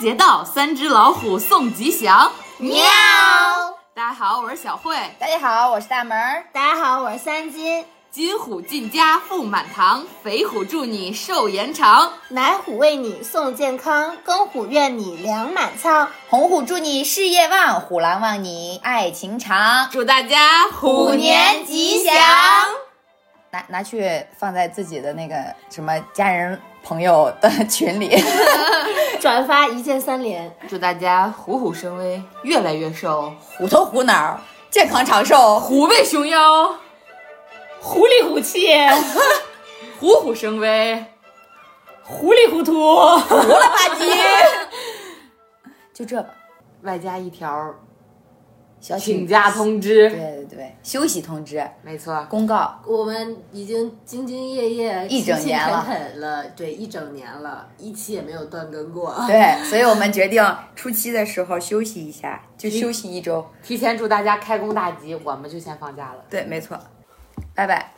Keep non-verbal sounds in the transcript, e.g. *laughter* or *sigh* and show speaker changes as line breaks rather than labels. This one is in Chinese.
节到，三只老虎送吉祥。
喵！
大家好，我是小慧。
大家好，我是大门儿。
大家好，我是三金。
金虎进家富满堂，肥虎祝你寿延长。
奶虎为你送健康，耕虎愿你粮满仓。
红虎祝你事业旺，虎狼望你爱情长。
祝大家
虎年吉祥拿拿去放在自己的那个什么家人朋友的群里。 *laughs*
转发一键三连，
祝大家虎虎生威，越来越瘦，
虎头虎脑，健康长寿。 *laughs*
虎背熊腰，
虎里虎气，
虎虎生威。
糊里糊涂。
就这吧，
*laughs* 外加一条
小许
请假。通知，
对对对，休息通知
没错。
公告。
我们已经兢兢业业、
一整年了
勤勤恳恳了，对，一整年了，一期也没有断更过。 *laughs*
对，所以我们决定初期的时候休息一下，就休息一周。
提前祝大家开工大吉，我们就先放假了。
对，没错。拜拜。